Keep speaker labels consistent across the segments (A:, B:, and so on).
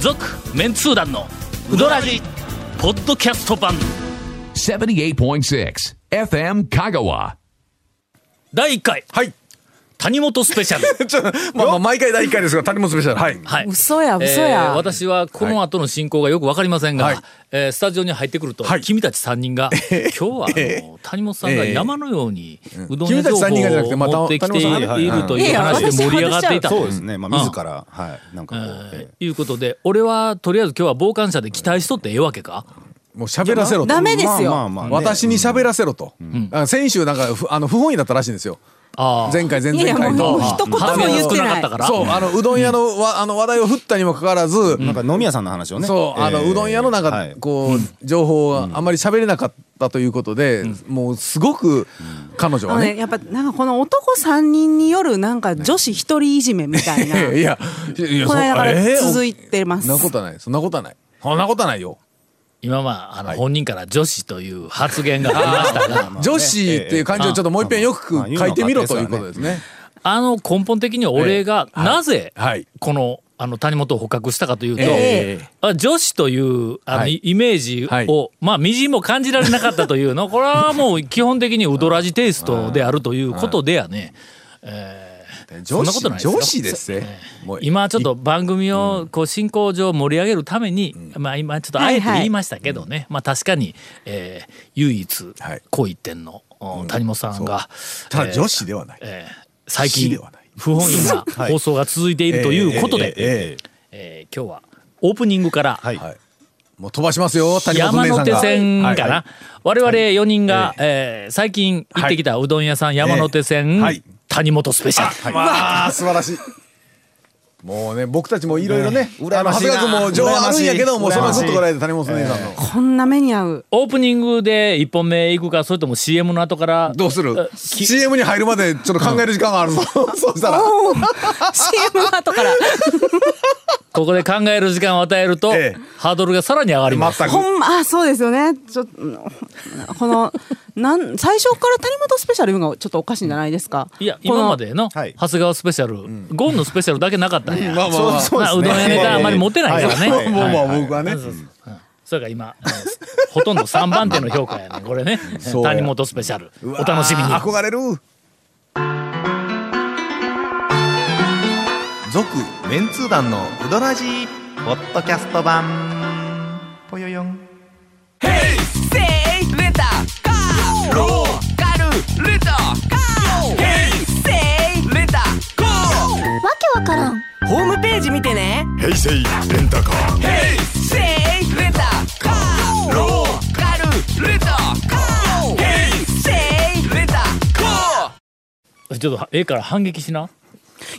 A: 続メンツー団のウドラジポッドキャスト版
B: 78.6 FM Kagawa.
A: 第1回
C: はい。
A: 谷本スペシャル
C: ちょまあまあ、毎回第1回ですが、谷本スペシャル。はい。
A: はい
D: 嘘や、嘘
A: えー
D: や。
A: 私はこの後の進行がよくわかりませんが、
C: はい
A: えースタジオに入ってくると、
C: はい
A: 君たち3人 が、今日はあの、谷本さんが
C: ええ
A: 山のように、うどん
C: 君
A: の
C: た
A: 情
C: ち
A: 報
C: 三人がじゃなくてまあ
A: を持ってきてい
C: 谷本さんはい
A: いるという話で盛り上がっていた。
E: そうですね、まあ、自ら、はい、なんかこう、えー
A: ということで俺はとりあえず今日は傍観者で期待しとってええわけか
C: もう喋らせろと。
D: ダメですよ
E: まあまあまあね、
C: 私に喋らせろと。あ先週なんかふ、あの、不本意だったらしいんですよ。
A: あ
C: 前回、前
D: い
C: 々
D: や
C: 回
D: も
C: と。
D: う一言も
A: あ
D: 言って
A: 少なか
D: な
A: っ
D: い
A: た。から
C: そう、あの、うどん屋のわ、あの、話題を振ったにもかかわらず、
E: なんか飲み屋さんの話をね。
C: そう、あ
E: え
C: の、
E: ー
C: うどん屋のなん
E: は
C: か
E: い、
C: こう、情報はあんまり喋れなかったということで、もう、すごく、彼女
D: あ
C: は
D: のね、
C: ね。
D: やっぱなんかこの男三人によるなんか女子一人いじめみたいな。
C: いや、いや、
D: こ
C: そ
D: の間から
C: えー
D: 続いてます。
C: そんなことはない。そんなことはない。そんなことはないよ。
A: 今まああの、本人から女子という発言がありましたが
C: 女子っていう漢字をちょっともう一遍よ
E: まあ
C: く
E: まあ
C: 書いてみろということですね。
A: あの根本的に俺がなぜ
C: はい
A: このあの谷本を捕獲したかというと、
C: え
A: あ女子というあの、
C: はい
A: イメージを、
C: はい
A: まあみじんも感じられなかったという のこれはもう基本的にウドラジテイストであるということでやね。えーそんなことないですよ
C: 女子ですね。もう
A: 今ちょっと番組をこう進行上盛り上げるために、まあ今ちょっとあえて
D: はいはい
A: 言いましたけどね、まあ確かに、えー唯一
C: はい
A: こう言ってんの、お谷本さんが、
C: た
A: え
C: だ
A: ー
C: 女子ではない。
A: えー最
C: 死
A: 近
C: ではない
A: 不本意 な
E: はい
A: 放送が続いているということで、え
E: えー
A: ー今日はオープニングから、
E: はい
C: はい。もう飛ばしますよ。谷本
A: 山
C: 姉さん
A: 手
C: が。
A: 線かな、
C: はい
A: 我々4人が、えー最近行ってきたうどん屋さん山手線、
E: はい
A: 谷本スペシャル、
E: えーはい
C: まあ素晴らしい。もうね僕たちもいろいろね。あの
E: 羨ましいな
C: 長谷川君も情報あるんやけどもうそのずっとこられて谷本姉さんの。
D: こんな目 に遭う。
A: オープニングで1本目行くかそれとも CM の後から
C: どうする
A: え
C: ?CM に入るまでちょっと考える時間がある ぞ。そうしたら。
D: CM の後から。
A: ここで考える時間を与えると、
C: ええ
A: ハードルがさらに上がります。
C: 全く。
D: ほんま、あ、そうですよね。ちょっと、この、なん、最初から谷本スペシャルいうのがちょっとおかしいんじゃないですか。
A: いや
D: この
A: 今ま。での
E: はい
A: 長谷川スペシャル、ゴンのスペシャルだけなかったんや、
C: まあまあまあ。
A: まあうどん屋ネタあまり持てないからね、
C: もうまあ僕はね。
A: それが今、えーほとんど3番手の評価やねこれね
C: そうや
A: 谷本スペシャルお楽しみに
C: うわー憧れる
F: 続メンツー団のウドラジポッドキャスト版ぽよよん
A: ちょっとええから反撃しな。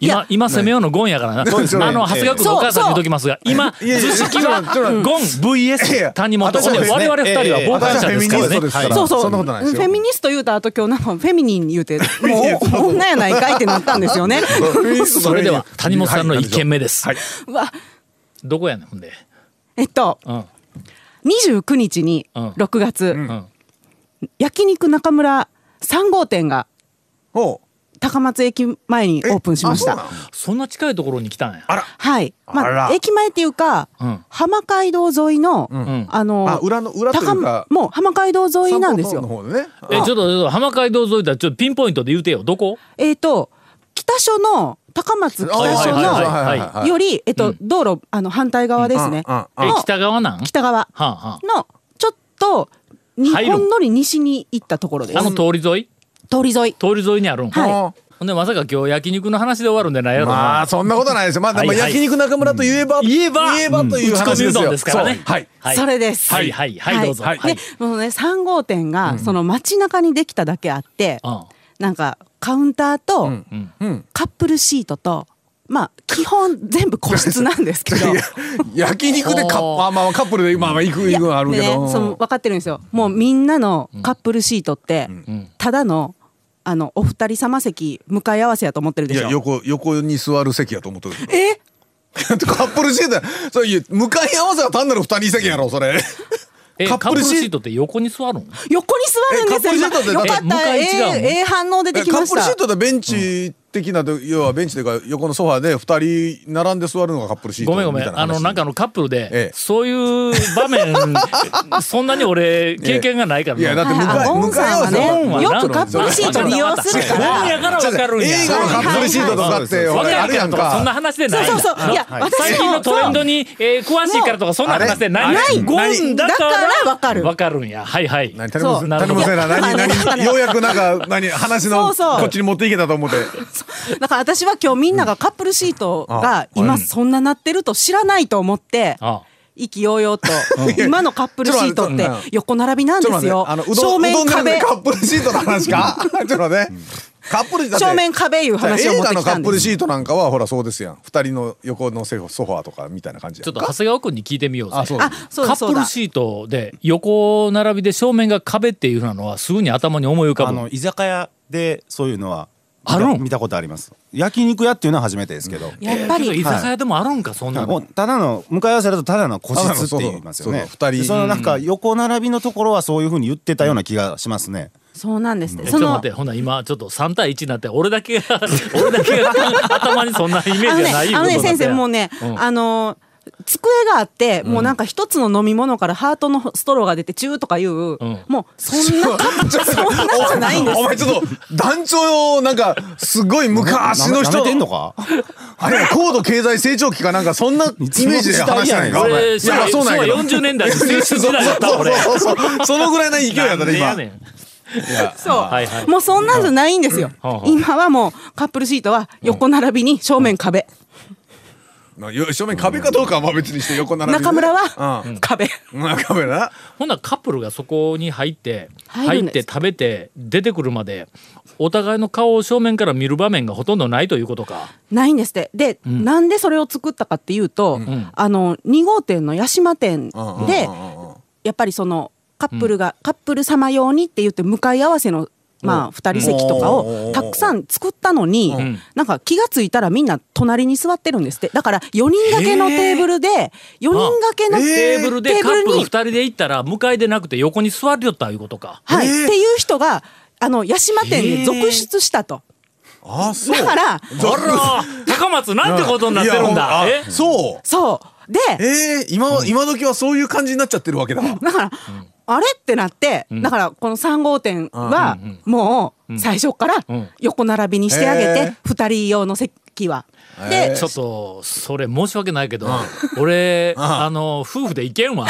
D: や
A: 今今攻めようのゴンやからな。あ
C: そうですよね
A: の長谷川君のお母さんに言うときますが、今
C: いやいや
A: 図式は
C: ちょっとちょっと
A: ゴン
C: いやい
A: VS
C: や
A: 谷本
C: 私は
A: で
C: です
A: 我
C: ね
A: 々二人は
E: ええ
A: 傍観者ですからね。
C: から
D: そうそう。
C: そんなことないですよ
D: うんフェミニスト言うた後今日なんかフェミニ ン言うて、もう女やないかいってなったんですよね。
A: それでは谷本さんの一件目です。
D: うわ、
A: どこやねんほんで。
D: えっと、
A: うん
D: 29日に
A: うん
D: 6月、
A: ん
D: 焼肉中村3号店が
C: ほ
D: 高松駅前にオープンしまし
C: えあ
D: た。
A: そんな近いところに来たんや。
D: はい。
C: あ
D: まあ、
C: ら
D: 駅前っていうか、
A: うん
D: 浜街道沿いの、
A: ん
D: あの、
C: あ裏の裏というか
D: 高もう浜街道
C: う
D: 沿いなんです
C: 散
D: よ。
C: 歩の方でね
A: えちょっとちょっと浜街道沿いだちょっとピンポイントで言うてよどこ？
D: えっ、と、北署の、高松北
A: はい
D: 署
A: はい
D: の、
A: はい
C: は
D: より、えっと、道路、あの、反対側ですね。
C: うんうん
A: え
D: の
A: 北側なん？
D: 北側
A: はあは
D: の、ちょっと、日
A: 入る
D: 本のり西に行ったところです。
A: あ。あの通り沿い？
D: 通り沿い。
A: 通り沿いにあるん。
D: はい
A: ほんでまさか今日焼肉の話で終わるんじゃないやろな。
C: まあそんなことないですよまあでも
A: はいはい
C: 焼肉中村と言えば
A: 言えば
C: 言えばという
A: 打ち込
C: 話です
A: みうどん
C: よ
A: ですからね
C: そうはい
A: はい
D: それです。
A: はいはいはいどうぞはい
D: で、このね、3号店が、その街中にできただけあって、
A: うん
D: なんか、カウンターと、
A: うん
C: うん
D: カップルシートと、まあ、基本全部個室なんですけど。
C: いや焼肉でカップあまあまあカップルでまあまあ行く
D: い
C: 行
D: や
C: くはあるけ
D: で
C: ど
D: ね、その分かってるんですよ。もうみんなのカップルシートって、ただの、あの、お二人様席、向かい合わせやと思ってる
C: い
D: でし
C: や
D: ょ。
C: 横横に座る席やと思ってる
D: え
C: カップルシートやそういう向かい合わせは単なる二人席やろそれ
A: えカ
C: カ
A: ッ
C: ッ
A: プル
C: プルシー
A: シートって横に座るん
D: 横に座るんです
C: えカッ
D: よ。
C: プルシートって
D: 今よか
A: え向
D: った。
A: かい違うの
D: ええええ反応出てき
C: カ
D: ま
C: ッ
D: し
C: プルシー
D: た。
C: トでベンチ的なと要はベンチというか横のソファーで2人並んで座るのがカップルシート
A: ごめんご
C: み
A: め
C: たい
A: ん
C: な話
A: あのなんかあのカップルで、
C: ええ
A: そういう場 面そんなに俺経験がないから
C: いやだって向か
D: あ
C: い
D: ボ
C: 向
D: ンさんは
C: かい合わせ
D: ねよくカップルシート利用するから
A: やから分かるんや
C: 映画のカップルシートとかって
E: はい
A: 分
C: 俺
A: か
C: あ
A: る
C: る
A: や
C: や
A: ん
C: ん
A: かそんな
C: か
A: 話でない
D: そうそうそういや
E: はい
D: 私も
A: 最近のトレンド
D: に
A: に、えー詳しいからとかそんな話でない
D: ない
A: ゴンだから
D: だから分かる
A: 分かるんやはいはい
C: 何谷
A: そ
C: 本さ
A: うんなる
C: 谷
A: ほど
C: 本さんやな何
D: いやなんか
C: 何
D: ね
C: ようやくなんか何話の
D: そうそう
C: こっちに持っていけたと思って
D: だから私は今日みんながカップルシートが今そんななってると知らないと思って
A: あ
D: 意気揚々と今のカップルシートっ
C: ちょ
D: て
C: っと待って
D: 横並びなんですよ
C: あのうどん
D: 正
C: うど
D: 面
C: んなんで
D: 壁
C: カップルシートの話 かちょっとねカップルシートだって
D: 正面壁いう話を持
C: 映
D: っ
C: 画
D: て
C: の
D: き
C: カ
D: たん
C: ップ
D: で
C: ル
D: す
C: シートなんかはほらそうですやん2人の横のセフソファーとかみたいな感じや
A: ちょっ
C: ん
A: と
C: か
A: 長谷川君に聞いてみようぜ
C: あそう
D: あそう
A: カ
D: だそ
A: ップ
D: う
A: ル
D: だ
A: シートで横並びで正面が壁っていうふうなのはすぐに頭に思い浮かぶ
E: あの居酒屋でそういうのは
A: あるん
E: 見た見たことあります焼肉屋っていうのは初めてですけど、
D: やっぱ
A: けど居
D: り
A: 酒屋でもあるんかそんな
E: も
A: の
E: うただの向かい合わせだとただの個室って言います
C: そうそうそ
E: よね
C: うそう二人
E: でそのなんか横並びのところはそういうふうに言ってたような気がしますね、
D: そうなんですっ
A: え
D: て
A: ちょ
D: そ
A: っと
D: の
A: 待ってほな今ちょっと3対1になって俺だけ が俺だけが 頭にそんなイメー
D: あ
A: ジ
D: の
A: が
D: ね
A: ない
D: あの
A: いう
D: ね
A: ことになって
D: 先生もうね
A: うん
D: あの机があって、もうなんか一つの飲み物からハートのストローが出てチューとかいう、
A: ん
D: もうそんなカップそんなじゃないんです
C: お前ちょっと団長をなんかすごい昔の
E: なめな
C: 人
E: めてんのか
C: あれは高度経済成長期かなんかそんなイメージで話してない
E: お
C: か
E: 前
A: 俺昭
C: い
A: 和
C: やそうなんや
A: 昭和40年代の青春時代だった 俺
C: そうそうそうそのぐらいの勢いやっ
A: な
C: た
A: ん
C: ね
A: でや
C: 今
A: ねん
D: そう、
A: はいはい
D: もうそんなんじゃないんですよ、
A: うんうん
D: 今はもうカップルシートは横並びに正面壁、
C: なよ正面壁かどうかはまあ別にして横並びで
D: 中村は壁、
C: うん中村な
A: ほんならカップルがそこに入って
D: 入
A: 入
D: るん
A: っ
D: です
A: て食べて出てくるまでお互いの顔を正面から見る場面がほとんどないということか。
D: ないんですってで、なんでそれを作ったかっていうと、あの2号店の八島店で、
C: うんうんうんうん
D: やっぱりそのカップルが、カップル様用にって言って向かい合わせのまあ2人席とか
C: う
D: を
C: ん
D: たくさん作ったのに、
A: ん
D: なんか気がついたらみんな隣に座ってるんですってだから4人掛けのテーブルで、4人掛けの
A: テーブルで
D: テー
A: カップル
D: に
A: 2人で行ったら向かいでなくて横に座るよったいうことか。
D: はい、
C: えー
D: っていう人があの八島店で続出したと、
C: あそう
D: だから
A: あら高松なんてことになってるんだ。
C: いや
A: え
C: ほあそう
D: そうで
C: えー、今は、今時はそういう感じになっちゃってるわ けだ。
D: だから、あれってなって、だからこの3号店はもう最初から
A: ん
D: 横並びにしてあげ
C: へ
D: て
C: ー
D: 2人用の席は。
C: へ
D: で
C: ー
A: ちょっとそれ申し訳ないけど、俺あの夫婦で行けんわ。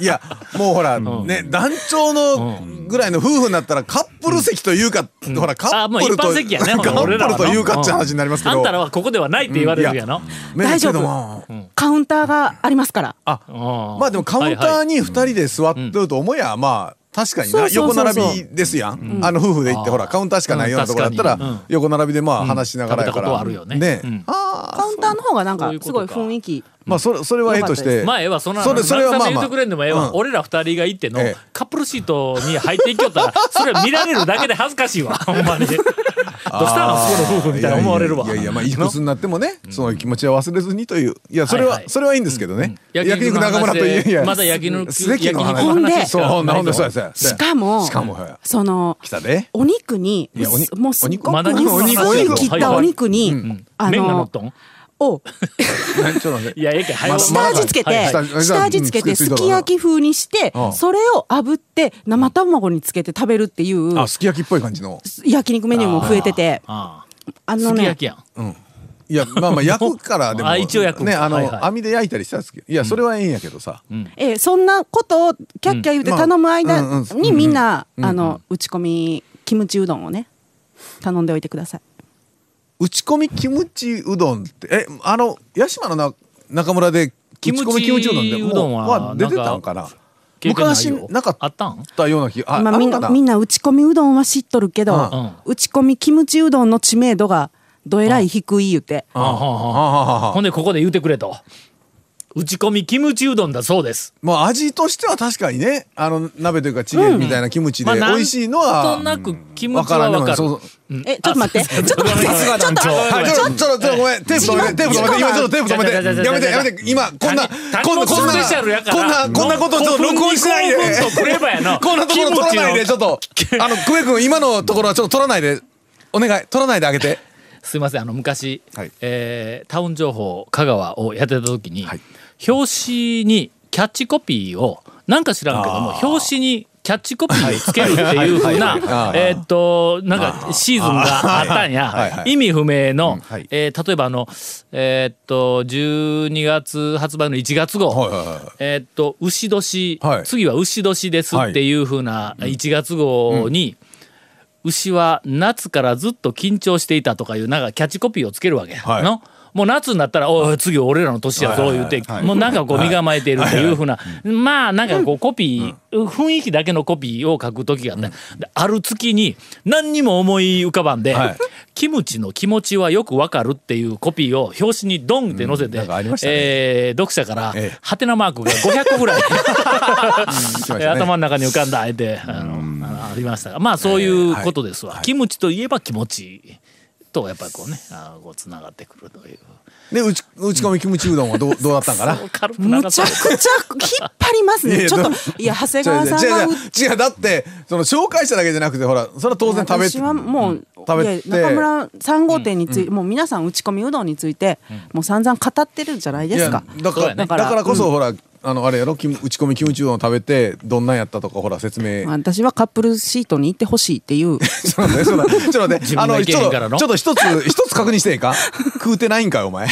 C: いや、もうほら、ね、団長のぐらいの夫婦になったら、カップル席というか、ほら、カ
A: あも
C: ッ
A: う
C: プ
A: 一
C: ルと、
A: 般席やね。
C: カップ
A: 俺ら
C: ル
A: は
C: と
A: な
C: いうかって話になりますけ
A: うん
C: ど。
A: あんたらはここではないって言われるやの。
C: ね
D: 大丈夫
C: けどまあ
D: カウンターがありますから。
A: うん
C: まあでもカウンターに二人で座ってると思えば、まあ、確かに
D: そ
C: な
D: うそう
C: 横
D: そうそう
C: 並びですやん。あの夫婦で行って、ほら、カウンターしかないようなとこだっ
A: う
C: た
A: ん確かにう
C: ら
A: ん、
C: 横並びでまあ話しながらやか
A: 食べたこと
C: ら。
A: あるよねうん
C: あ
D: カウンターの方がなんか
A: そういうこ
D: す
A: と
D: ご
A: か
D: い雰囲気。
C: まあ、それ、それは絵とし
D: よかったで
C: て。
A: まあええわそんな
C: それそれはまあまあ
A: 言うてくれんでもええわ、
C: うん
A: 俺ら二人が行っての、
C: ええ
A: カップルシートに入っていきよったらそれ見られるだけで恥ずかしい わほんまに どうしたのそこの夫婦みたいな思われるわ
C: いやいやいやまあいくつになってもね、その気持ちは忘れずにといういやそれは、
A: はいはい
C: それはいいんですけどね、
A: うん
C: 焼肉
A: 焼肉の話
C: 中村といういや
A: まだ焼肉
C: 席の話
D: 焼肉の話
C: そうほんでほんでそうやそうや
D: しかも
C: しかもほら
D: その
C: 来たで
D: お肉に
C: いやお肉
D: もうす
C: お
D: っ
C: 肉
D: ご
A: ま
D: く
A: だ
D: 薄
A: 肉
C: の話
D: い切ったお肉にあ
A: 麺が乗っ
D: の
A: とん
D: を
C: 何ちょっと待って
A: いやええけん早う
D: 下味つけ
A: はい
D: て
A: はい
C: はいはい
D: 下味つけ
C: うん
D: て
C: つけつい
D: す
C: とる
D: き焼き風にして
C: うん
D: それを炙って生卵につけて食べるっていう
C: あすき焼きっぽい感じの
D: 焼肉メニューも増えてて
A: あ
D: あ
A: あす
D: の
A: き焼
D: ね
A: きやん
C: いやまあまあ焼くからでも
A: あ一応焼く
C: ねあの、
A: はいはい
C: 網で焼いたりしたんですけどいやそれはええんやけどさ、
D: えーそんなことをキャッキャ言って頼む間
C: うんまあうんうん
D: にみんなあの打ち込みキムチうどんをね頼んでおいてください
C: 打ち込みキムチうどんってえあの八島のな中村で
A: キムチ
C: 打ち込みキムチうどんで
A: うどんは
C: 出てたんか
A: な
C: なん
A: か経験ない
C: 昔
A: よ
C: なかっ
A: あったん
C: たような気があ
D: まあみん
C: ある
D: な
C: か
D: みんな打ち込みうどんは知っとるけど
C: うん
D: 打ち込みキムチうどんの知名度がどえらい低い言うて
A: ああはあはあ
C: ああああ
A: ほんでここで言うてくれと打ち込みキムチうどんだそうです
C: まあ味としては確かにねあの鍋というかチゲみたいなキムチで美
A: なん
C: 味しいのは、
A: となくキム
C: わ
A: チ
C: か
A: は
C: らんで
A: わ
C: も
A: か
C: ない
A: る
C: そうそう
D: えちょっと待ってちょっと待って
A: ちょっと
C: はいちょっとちょっとちょっとごめんテープ止めてテープ止めて今ちょっとテープ止
A: ちょちょ
C: め
A: ちょ
C: て
A: ちょ
C: やめてやめて今こんな
A: 谷
C: こんなこ
A: 谷本
C: んな
A: スペシャルやから
C: こんなこんなことちょっと録音しないで
A: 興奮とクレバやな
C: こんなところ取らないでちょっとあのクエ君今のところはちょっと取らないでお願い取らないであげて
A: すいませんあの昔、
C: はい
A: えータウン情報香川をやってた時に、
C: はい
A: 表紙にキャッチコピーをなんか知らんけども表紙にキャッチコピーをつけるっていうふう
C: はいはい
A: な
C: はい
A: えーっとなんかシーズンがあったん
C: はい
A: や
C: はい
A: 意味不明の、
C: はい
A: えー例えばあのえーっと12月発売の1月号、
C: はいはいはい
A: えーっと牛年、
C: はい
A: 次は牛年ですっていうふうな1月号に、牛は夏からずっと緊張していたとかいうなんかキャッチコピーをつけるわけや、
C: はい
A: のもう夏になったら「おい次俺らの年やぞ」言うて、もうなんかこう身構えているっていうふうな、まあなんかこうコピー、雰囲気だけのコピーを書く時があって、である月に何にも思い浮かばんで、
C: はい
A: キムチの気持ちはよくわかるっていうコピーを表紙にドンって載せて、
C: なんかありましたね
A: えー読者から、
C: ええ
A: ハテナマークが500個ぐ らい、
C: したね
A: 頭の中に浮かんだあえてあのありましたがまあそういうことですわ、キムチといえば気持ちとやっぱりこうねあのこうつながってくるという
C: で打ち打ち込みキムチうどんはどうどうだったんかな
A: そう軽くな
D: む
A: ら
D: ち
A: さ
D: ゃくちゃ引っ張りま す
C: いやい
D: ね。
C: や
D: ちょっと
C: ど、
D: いや、長谷川さんが
C: 違う違う違
D: う
C: う違うだってその紹介しただけじゃなくてほらそれは当然食べ
D: 私はもう、
C: 食べて
D: いや中村3号店について、もう皆さん打ち込みうどんについて、もう散々語ってるじゃないですか
C: いやだか
A: そう
C: ら
A: やね
C: だからだからこそ、ほらあのあれやろキム打ち込みキムチうどんを食べてどんなんやったとかほら説明
D: 私はカップルシートに行ってほしいっ ていう
C: ちょっと待ってちょっと待ってちょっと待っ
A: 自分
C: て
A: が
C: あの
A: いけ
C: ち
A: へ
C: ょ
A: ん
C: っ
A: から
C: と
A: の
C: ちょっと一つ一つ確認していいか食うてないんかいお前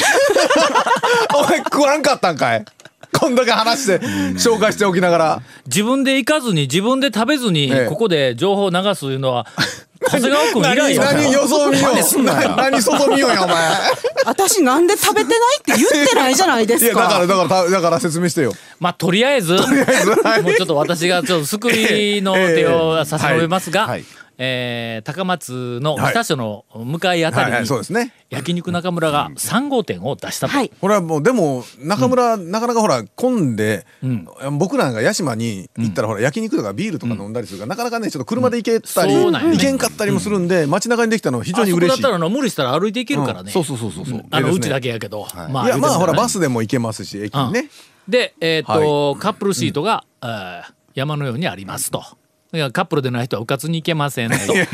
C: お前食わんかったんかいこんだけ話して紹介しておきながら
A: 自分で行かずに自分で食べずに、
C: ええ
A: ここで情報を流すいうのは長谷川君以来
C: 何
A: や
C: 何よそ見ような何外見ようやお前
D: 私なんで食べてないって言ってないじゃないで
C: い
D: す
C: や
D: か
C: だからだからだから説明してよ
A: まあとりあえずもうちょっと私がちょっと救い の手を差し伸べますが、
C: はいはい
A: えー高松の北所の向かいあた
C: はい
A: り
C: はい
A: に
C: そうですね
A: 焼肉中村が3号店を出したと、
D: はい
C: これはもうでも中村、なかなかほら混んで、僕らが屋島に行ったらほら焼肉とかビールとか飲んだりするから、なかなかねちょっと車で行けたり、
A: そうなんよね
C: 行けんかったりもするんで、街中にできたのは非常
A: あ
C: に
A: そこ
C: 嬉
A: だっ
C: しい
A: たらの無理したら歩いていけるから
C: うん
A: ね、
C: そうそうそうそうそう、
A: あの
C: で
A: う
C: で
A: ち
C: すね
A: だけやけど、
C: いやまあほらバス
A: ね、
C: でも行けますし駅にね、
A: うんでえーっと、カップルシートが、えー山のようにありますと。だからカップルでない人はうかつに行けませんと。
D: いや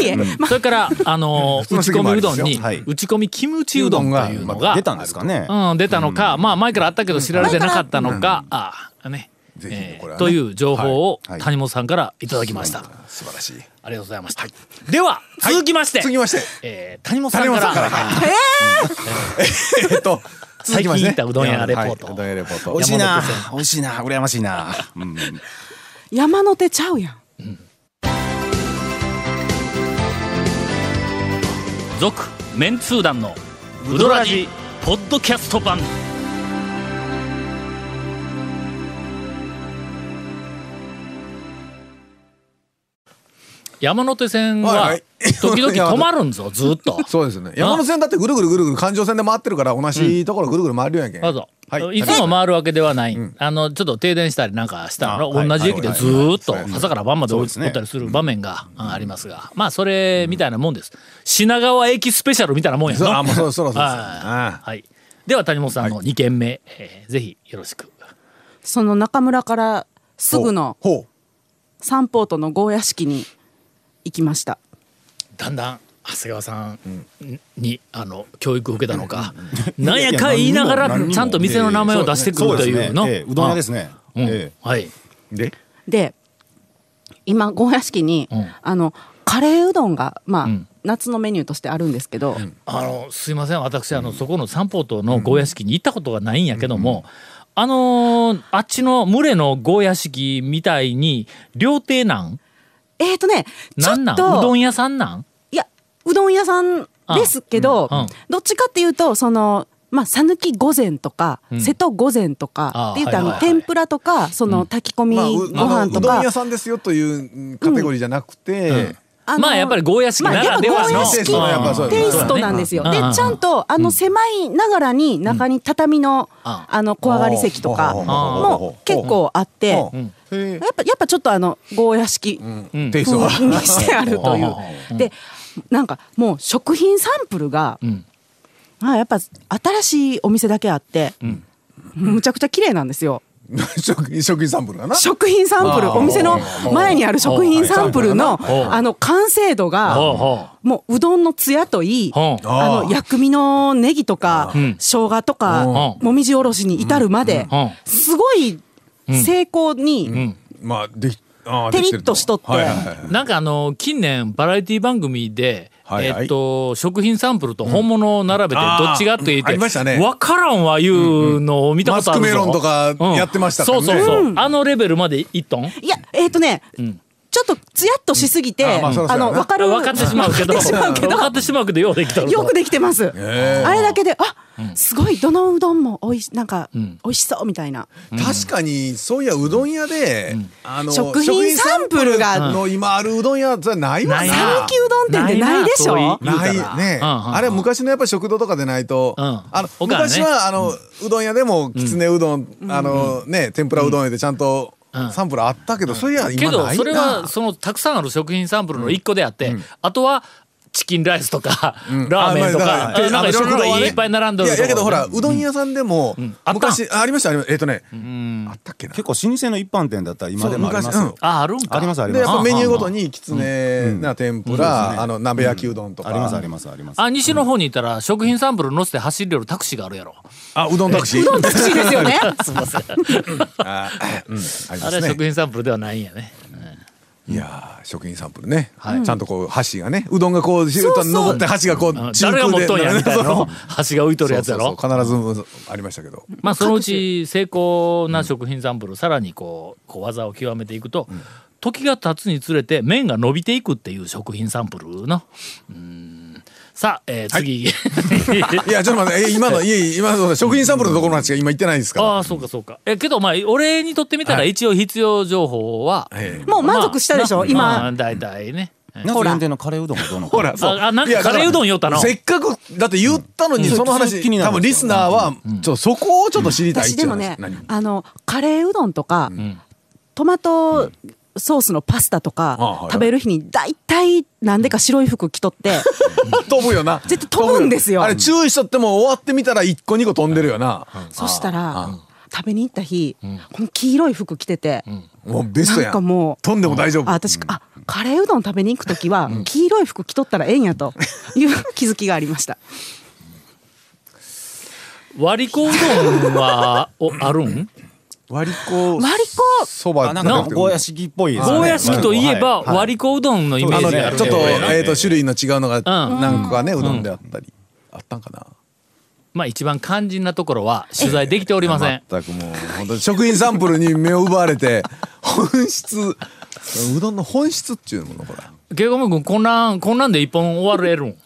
D: いや、ま
A: それから、あのー
C: うん
A: 打ち込みうどんに、
C: 普通の席も
E: ありますよはい
A: 打ち込みキムチうどんというのが
E: 出たんですかね。
A: うん、出たのか、まあ前からあったけど知られてなかったのか、ああね
C: ぜひね
A: えー
C: これはね
A: という情報を
E: はいはい
A: 谷本さんからいただきました、
C: 素晴らしい
A: ありがとうございました、では続きまして、
C: 続きまして
A: えー谷本さんから
C: 谷本さんから
A: えー
C: えっと
A: 最近行ったうどん屋レポート、
C: はい、うどん屋レポー
E: 美
C: ト
E: 味しいな
A: 山手線、
E: 美味しいな、羨ましいな。うん
D: 山の手ちゃうやん
A: 続メンツー団のウドラジポッドキャスト版山手線
C: はい
A: は
C: はい
A: 時々止まるんぞずっと
C: そうですね山手線だってぐるぐるぐるぐる環状線で回ってるから同じところぐるぐる回るやんけ、ん、
A: どうぞ、い、つも
C: は
A: 回
C: い
A: るわけではない、あのちょっと停電したりなんかしたの、
E: あはい
A: 同じ駅でずーっと
E: はいはいはい
A: 朝から晩までお
E: そう
A: っ
E: ですね
A: たりする場面がうんありますがまあそれみたいなもんです、品川駅スペシャルみたいなもんや
C: そう
A: な
C: あもうそろそろそうで
A: は
C: すあ
A: い、はい、では谷本さんの2軒目、えーぜひよろしく
D: その中村からすぐの
C: ほうほう
D: 三方とのゴーヤ式に行きました
A: だんだん長谷川さんに、あの教育を受けたのか、 なんやかんや言いなが
E: や
A: ら
E: 何も
A: ちゃんと店の名前を出してくるというの
E: そうですねええうどん屋です
A: ね、
E: ね。
A: うん
E: ええ
A: はい
C: で
D: で今ゴーヤ式に、
A: うん
D: あのカレーうどんがまあ、
A: うん
D: 夏のメニューとしてあるんですけど、
A: あのすいません私あの、そこの三宝島のゴーヤ式に行ったことがないんやけども、あのーあっちの群れのゴーヤ式みたいに料亭なん
D: えーとねちょ
A: なんな
D: っ
A: んうど
D: と
A: ん屋さんなん
D: いやうどん屋さんですけど、
A: うんうん
D: どっちかっていうとその。まあ、讃岐御膳とか、
A: うん
D: 瀬戸御膳とか
A: あー
D: って言ってあの、
A: はいはいはい
D: 天ぷらとかその炊き込み
C: まあ、
D: ご
C: うあ
D: 飯
C: のう
D: と
C: ど
D: か、
C: ん屋さんですよといううんカテゴリーじゃなくて、
D: あの
A: まあやっぱりゴーヤ式
D: ま
A: な
D: あ、や
A: ら
D: っぱ
A: で
D: ゴ
A: は
D: ー
A: の、
D: ヤ
C: そうやっぱそ
D: 式
C: う
D: テイストなんですよ。
A: うん
D: で、ち
A: うん
D: ゃんと、あの、狭いながらに、中に畳の、あの、小上がり席とか、も結構あって、やっ
C: うん
D: ぱ、やっぱちょっとあの、ゴーヤ式
A: うん
C: テイストが
D: 風にしてあるという
A: う。ん
D: で、なんか、もう食品サンプルが、
A: うん
D: あやっぱ、新しいお店だけあって、むちゃくちゃ綺麗なんですよ。
C: 食食品サンプルかな
D: 食品サンプル
A: あー
D: お店の前にある食品サンプルの
A: ほう
D: あの完成度が
A: ほうほ
D: もううどんのつやといい
A: ほう
D: あの薬味のネギとか
A: ん
D: 生姜とか
A: うん
D: もみじおろしに至るまで
A: うん
D: すごい成功に
C: まあできあー
D: テ
C: で
D: リ
C: きて
D: ッ
C: る
D: としとって
C: はいはいはい
A: なんかあの近年バラエティ番組で、
C: はいはい
A: えっと食品サンプルと本物を並べて
C: うん
A: どっちがって言っ
C: あーうんあ
A: て、
C: りましたね
A: 分からんわいうのを見たこ
C: マ
A: と
C: ス
A: あ
C: ク
A: るぞ
C: メロンとかやってましたから
A: そう
C: ね
A: そうそうあのレベルまで一トン
D: いやえっとねちょっとつやっとしすぎて
C: あーまあそらそ
D: あ
C: うやな
D: の分かる
A: 分かってしまうけ ど
D: 分かってしまうけど
A: 分かってしまうけどようできた
D: よくできてます。
C: え
D: あれだけで、あ、すごい、どのうどんもおいし、なんか、
A: ん
D: おいしそうみたいな。
C: 確かにそういやうどん屋で、あの
D: 食品サンプルが
C: 食品サンプルの今あるうどん屋じゃない
A: な
C: わない
A: な
D: 讃岐うどん店ってないでし
A: ない
D: ょ
A: な言うたら
C: ないね、
A: うんうんうん
C: あれは昔のやっぱ食堂とかでないと、
A: うん
C: あの
A: おかんね
C: 昔はあの、うどん屋でもきつねうどん、あのね天ぷらうどん屋でちゃんと
A: うん
C: サンプルあったけど、それや
A: け
C: 今
A: ど
C: ないな
A: それはそのたくさんある食品サンプルの一個であって、あとはチキンライスとか、ラーメンと
C: あまあ
A: か、
C: だら
A: なんかいろ
C: あの
A: い
C: 食堂は
A: ろ
C: ね
A: いっぱい並んでる
C: いややけどほら
A: う
C: うどん屋さんでも、
A: んあった
C: 昔ありましたありましたえっとね、
A: ん
C: あったっけな
E: 結構老舗の一般店だったら今でもあります
C: そう昔
E: よ
C: うん。
A: ああるんか
E: ありますあり
C: でやっ
E: ます。
C: ぱメニューごとにきつねな天ぷら、あの鍋焼きうどんとか、
E: ありますありますあります。
A: あ西の方にいたら食品サンプル乗せて走るよりタクシーがあるやろ
C: あうどんタクシー
D: うどんタクシーですよ ね。
C: あうんあり
A: あ
C: ま
A: れ
C: す
A: は食
C: ね。
A: 品サンプルではないんやね
C: いやー食品サンプルね、ちゃんとこう箸がねうどんがこうシュー
D: そ
C: と
D: うそう
C: 登って箸がこう
A: うん
C: 中
A: 誰が持っとんやみたいな
C: そう
A: の端が浮いとるやつやろ
C: そうそうそう必ずありましたけど
A: まあそのうち成功な食品サンプルさらにこうこう技を極めていくと時が経つにつれて麺が伸びていくっていう食品サンプルのうんさあ、えー 次、
C: いやちょっと待ってえ今のいえいえ今の食品サンプルのところの話が今言ってないですから
A: ああそうかそうかえけどまあ俺にとってみたら一応必要情報は、
C: ええ
D: もう満足したでし
A: まあ
D: ょ、
A: まあ
D: 今。
A: 大体ね、え
E: 夏限定のカレーうどんはどうの
C: ほらそう
A: ああなんか
C: いやだ
A: カレーうどん言おったな
C: せっかくだって言ったのに
E: うん
C: その
E: そ
C: 話
E: れ気にな
C: 多
E: るん
C: 分
E: で
C: リ
E: す
C: ス
E: よ
C: ナーはちょっとそこをちょっと知りたい
D: 私でもね
C: っていう話、
D: あの、カレーうどんとか、トマト。ソースのパスタと
C: ああ
D: か
C: はい
D: 食べる日に大体なんでか白い服着とって
C: 何飛ぶよな
D: 絶対飛ぶんですよ
C: あれ注意しとっても終わってみたら一個二個飛んでるよな
D: そしたら食べに行った日この黄色い服着てて
C: もうベストや
D: なんかもう
C: 飛んでも大丈夫
D: あ私あカレーうどん食べに行く時は黄色い服着とったらええんやという気づきがありました
A: 割り子うどんはおあるん
C: 割り子
D: 割り子
C: そば
E: あなんかゴーヤ式っぽいですね。
A: ゴーヤ式といえば
E: はい
A: 割り子うどんのイメ
C: あ
A: ー
C: の
A: ジがあ
C: ね
A: る
C: ちょっと,、
A: けどね
C: えー、と種類の違うのが
A: うん
C: 何個かねうどんであったり、あったんかな
A: まあ一番肝心なところは取材できておりません。
C: 全くもう本当に食品サンプルに目を奪われて 本質うどんの本質っていうものほら
A: ケイコム君こんなんこんなんで一本終われるん。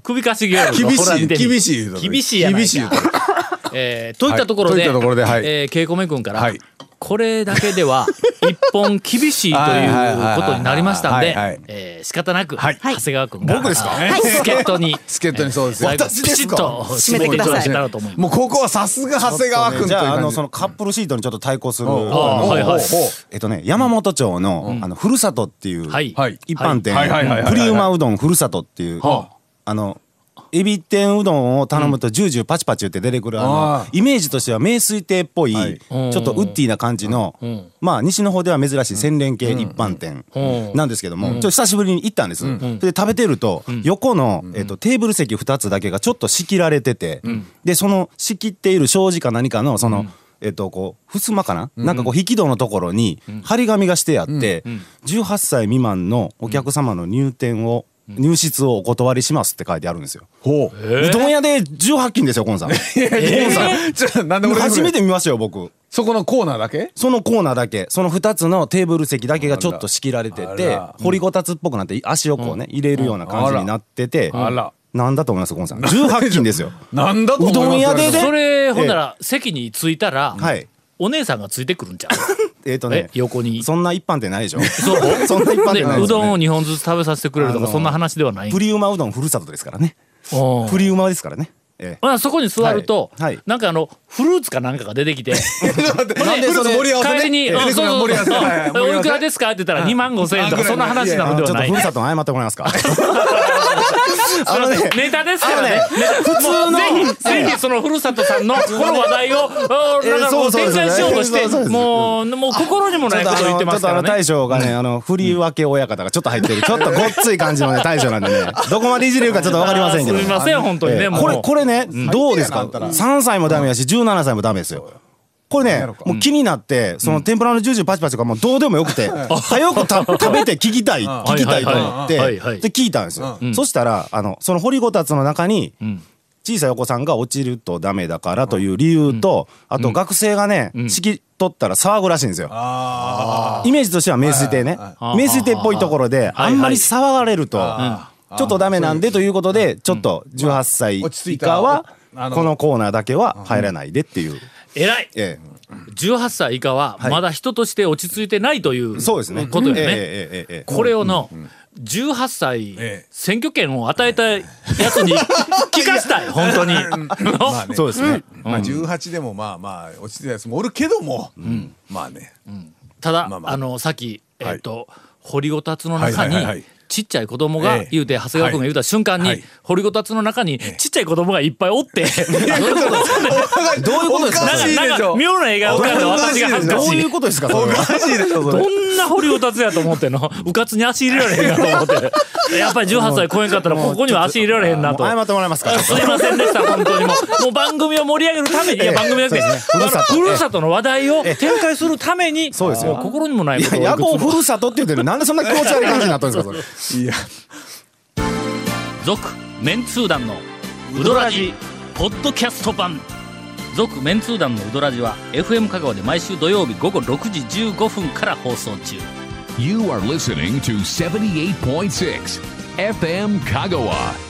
A: 首かしげやるぞ
C: 厳
A: ほら
C: しい
A: 見てみ
C: 厳しい
A: 厳しいやないか
C: 厳しい言うとる
A: えーといったところで、
C: はいといったところではい
A: えーケイコメ君から、
C: はい
A: これだけで は一本厳しいということになりましたん
C: はいはいはい
A: で
C: はい、
A: えー仕方なく、
C: はい
A: 長谷川君が
C: 僕ですか
A: あー助っ人に
C: 助っ人にそうですよ
A: えー最後
C: 私ですか
A: ピシッと締めていただけたらと思います。
C: もうここはさすが長谷川君という
E: じゃあ、あ
C: 感
E: の、
C: じ
E: そのカップルシートにちょっと対抗する、あ
C: おう
A: あ
E: の
A: はいはい
E: えっとね、山本町の、あの、ふるさとっていう、
A: はい
C: はい
E: 一般店、
C: はいはいはいはいはい
E: プリウマうどんふるさとっていう、
C: は
E: あの、エビ天うどんを頼むとジュージューパチパチ言って出てくるあの
C: あ
E: イメージとしては名水亭っぽい、
C: はい
E: ちょっとウッディな感じの、まあ西の方では珍しい洗練系一般店
A: うん
E: なんですけども、ちょっと久しぶりに行ったんです、で食べてると横の、えっとテーブル席2つだけがちょっと仕切られてて、でその仕切っている障子か何かのその、えっとこう襖かな、なんかこう引き戸のところに張り紙がしてあって、18歳未満のお客様の入店を、入室をお断りしますって書いてあるんですよ。
C: ほう
E: うどん屋で18金ですよ、コンさん。
C: えーちょなんで俺
E: 初めて見ましたよ、僕。
C: そこのコーナーだけ
E: そのコーナーだけ、その2つのテーブル席だけがちょっと仕切られて
C: あ
E: て
C: ら、
E: 掘りごたつっぽくなって、足をこうね、入れるような感じになってて、
C: あら
E: なんだと思います、コンさん。18金ですよ。
C: なんだと思います
E: うどん屋でね
A: それほんなら席に着いたら、
E: はい。
A: お姉さんがついてくるんちゃう
E: えっとね
A: え、横に
E: そんな一般店ないでし ょ。
A: そう
E: そんな一
A: で
E: 般店ないですよね
A: うどんを2本ずつ食べさせてくれるとか
E: あの
A: そんな話ではない
E: プリウマうどんふるさとですからね。
A: おう
E: プリウマですからね。ええ
A: まあそこに座ると、
E: はいはい
A: なんかあのフルーツかなんかが出てきて
C: なんでフルーツ盛り合わせね
A: 帰りに「
C: 出
A: うん
C: てく
A: そう
C: るの
A: そう
C: 盛り合わせ
A: そう
C: はいはい盛り 合
A: お
C: わ
A: いく
C: せ
A: らですか?」って言ったら「2万5千円」とか
C: あ
A: そんな話
E: あ
A: なの
E: の
A: で
E: ちょ
A: はな
E: っと
A: い
E: ふるさとに謝ってもらえますか。
A: あのね、ネタですからね。ネタ
E: 普通の
A: もうぜひ、ぜひそのふるさとさんのこの話題を、 あーなんかこ
E: そううそう
A: 展
E: です
A: 開しようとし
E: そうそう
A: て、
E: です
A: もう、もう心にも
E: ちょ
A: ないこ
E: っとあ
A: と
E: の
A: 言ってます
E: ちょっと
A: か
E: あ
A: ら
E: の
A: ね。
E: 大将がね、あの振り分け親方がちょっと入ってる、ちょっとごっつい感じのね大将なん でね、どこまでいじれるかちょっとわかりませんけど。
A: あーすみません、本当に
E: え
A: ね。
E: え
A: もう
E: これこれねどうです
C: あ
E: か
C: んたら
E: 3歳もダメやし17歳もダメですよこれねもう気になってその天ぷらのジュージューパチパチとかもうどうでもよ くて早くた食べて聞きたい聞きたいと思って
A: はいはいはい
E: で聞いたんですよそしたらあのその掘りごたつの中に小さいお子さんが落ちるとダメだからという理由とあと学生がね敷き取ったら騒ぐらしいんですよ
C: あ
E: イメージとしては名水亭ね
A: いはい
E: 名水亭っぽいところ
A: は
E: で
A: い
E: あんまり騒がれるとちょっとダメなんでということでちょっと18歳
C: 落ち着
E: 以
C: いた
E: 下は
C: あの
E: このコーナーだけは入らないでっていう
A: 偉い。
E: え
A: 18歳以下は、まだ人として落ち着いてないという
E: えそうですね
A: ことよ
E: ええ
A: ね。
E: ええええええ
A: これをの、18歳、
C: ええ
A: 選挙権を与えたやつに聞か したい、本当に。
C: あ。まあね
E: そうですね
C: まあ18でもまあまあ落ちてたやつもおるけども、まあね、
A: ただ、
C: まあ
A: あ
C: まあ
A: のさっき、え
C: はい
A: っと掘りごたつの中に、
C: はいはいはい
A: ちっちゃい子供が
C: ええ
A: 言うて、長谷川君が言うた瞬間に、
C: はい
A: 掘りごたつの中に、ちっちゃい子供がいっぱいお って、なんか
C: どういうことですかおかしいで
A: なん
C: し
A: か
C: ょ
A: 妙な映画を浮かんだ私が恥ずか
E: どう
A: し
E: い。
A: いう
E: ことですかそれは
C: おかしいでしょそれ
A: どんな掘りごたつやと思ってんのうかつに足入れられへんかと思って やっぱり18歳超えんかったらここには足入れられへんなと
E: もう謝ってもら えますか
A: すいませんでした本当にもうもう番組を盛り上げるためにいや
E: ええ
A: 番組だけ
E: そうですねふるさと
A: ふるさとの話題を展開するために
E: そうですよ
A: も心にもない
E: い
A: こと
E: や
A: を
E: 夜
A: いくつも
E: 行ふるさとって言ってるのになんでそんな気持ち悪い感じになったんですかそれ
C: いや
A: 続メンツー団のウドラジポッドキャスト版続メンツー団のウドラジは FM 香川で毎週土曜日午後6時15分から放送中
B: You are listening to 78.6 FM Kagawa.